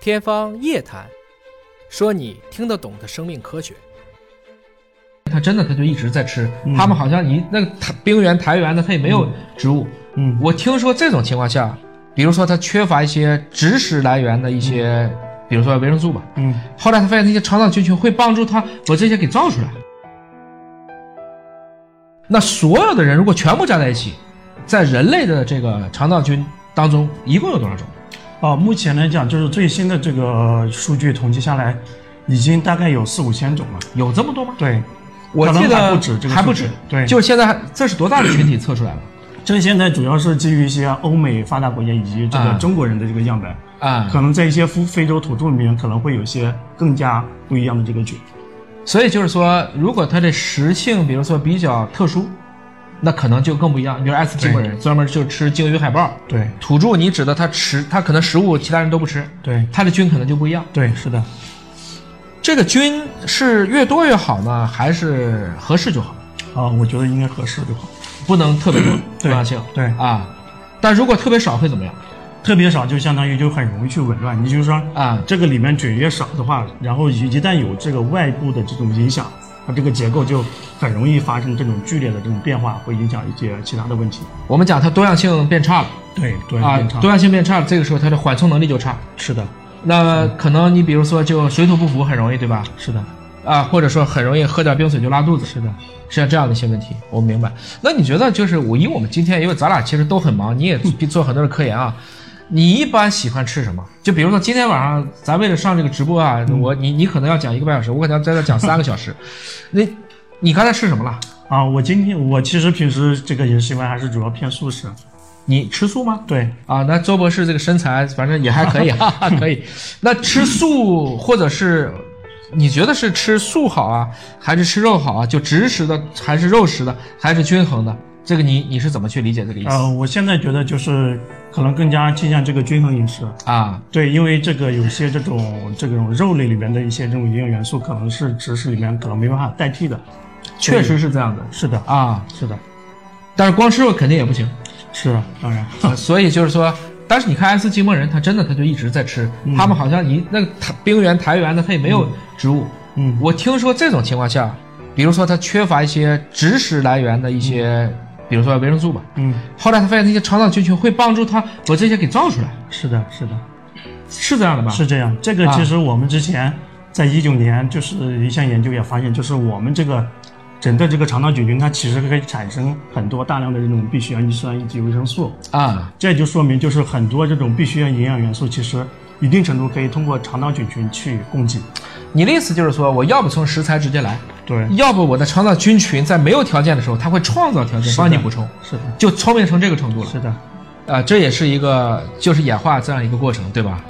天方夜谭，说你听得懂的生命科学。他真的他就一直在吃，嗯他们好像一那个他冰原、苔原的，他也没有植物。嗯，我听说这种情况下，比如说他缺乏一些植食来源的一些，比如说维生素吧。嗯，后来他发现那些肠道菌群会帮助他把这些给造出来。那所有的人如果全部加在一起，在人类的这个肠道菌当中，一共有多少种？啊，目前来讲，就是最新的这个呃数据统计下来，已经大概有四五千种了。有这么多吗？对，我可能记得还不止这个还不数止据。对就是现在还这是多大的群体测出来了？这现在主要是基于一些欧美发达国家以及这个啊中国人的这个样本，啊、可能在一些非非洲土著里面可能会有一些更加不一样的这个菌。所以就是说，如果它的食性，比如说比较特殊，那可能就更不一样。比如爱斯基摩人专门就吃鲸鱼、海豹，对土著你指的他吃，他可能食物其他人都不吃，对他的菌可能就不一样。对，是的。这个菌是越多越好呢，还是合适就好，啊，我觉得应该合适就好。不能特别多多样性对，啊？但如果特别少会怎么样特别少就相当于就很容易去紊乱。你就是说，啊？这个里面菌越少的话，然后一一旦有这个外部的这种影响，它这个结构就很容易发生这种剧烈的这种变化，会影响一些其他的问题。我们讲它多样性变差了对，多啊样变，差，多样性变差了，这个时候它的缓冲能力就差。是的，那可能你比如说就水土不服很容易，对吧？是的，啊，或者说很容易喝点冰水就拉肚子，是的。是像这样的一些问题，我明白。那你觉得就是我，因为我们今天因为咱俩其实都很忙，你也做很多的科研啊， 你一般喜欢吃什么？就比如说今天晚上咱为了上这个直播啊，嗯我你你可能要讲一个半小时，我可能要在这讲三个小 时。那你刚才吃什么了？啊，我今天我其实平时这个饮食习惯还是主要偏素食。你吃素吗？对，啊，那周博士这个身材反正也还可以，哈 哈，可以。那吃素或者是你觉得是吃素好啊，还是吃肉好啊？就植食的还是肉食的，还是均衡的？这个你你是怎么去理解这个意思、呃，我现在觉得就是可能更加倾向这个均衡饮食。啊？对，因为这个有些这种这种肉类里面的一些这种营养元素，可能是植食里面可能没办法代替的。确实是这样的是的，啊，是的，但是光吃肉肯定也 不行，是的，当然。啊所以就是说，但是你看爱斯基摩人，他真的他就一直在吃，他们好像一那个他冰原、苔原的，他也没有植物。嗯，我听说这种情况下，比如说他缺乏一些植食来源的一些，比如说维生素吧。嗯，后来他发现那些肠道菌群会帮助他把这些给造出来，是的，是的，是这样的吧？是这样。这个啊其实我们之前在一九年就是一项研究也发现，就是我们这个整个这个肠道菌群，它其实可以产生很多大量的这种必需氨基酸以及维生素。啊，这就说明就是很多这种必需营养元素，其实一定程度可以通过肠道菌群去供给。你的意思就是说，我要不从食材直接来，对，要不我的肠道菌群在没有条件的时候，它会创造条件是的帮你补充，是的，就聪明成这个程度了。是的。啊、这也是一个就是演化这样一个过程，对吧？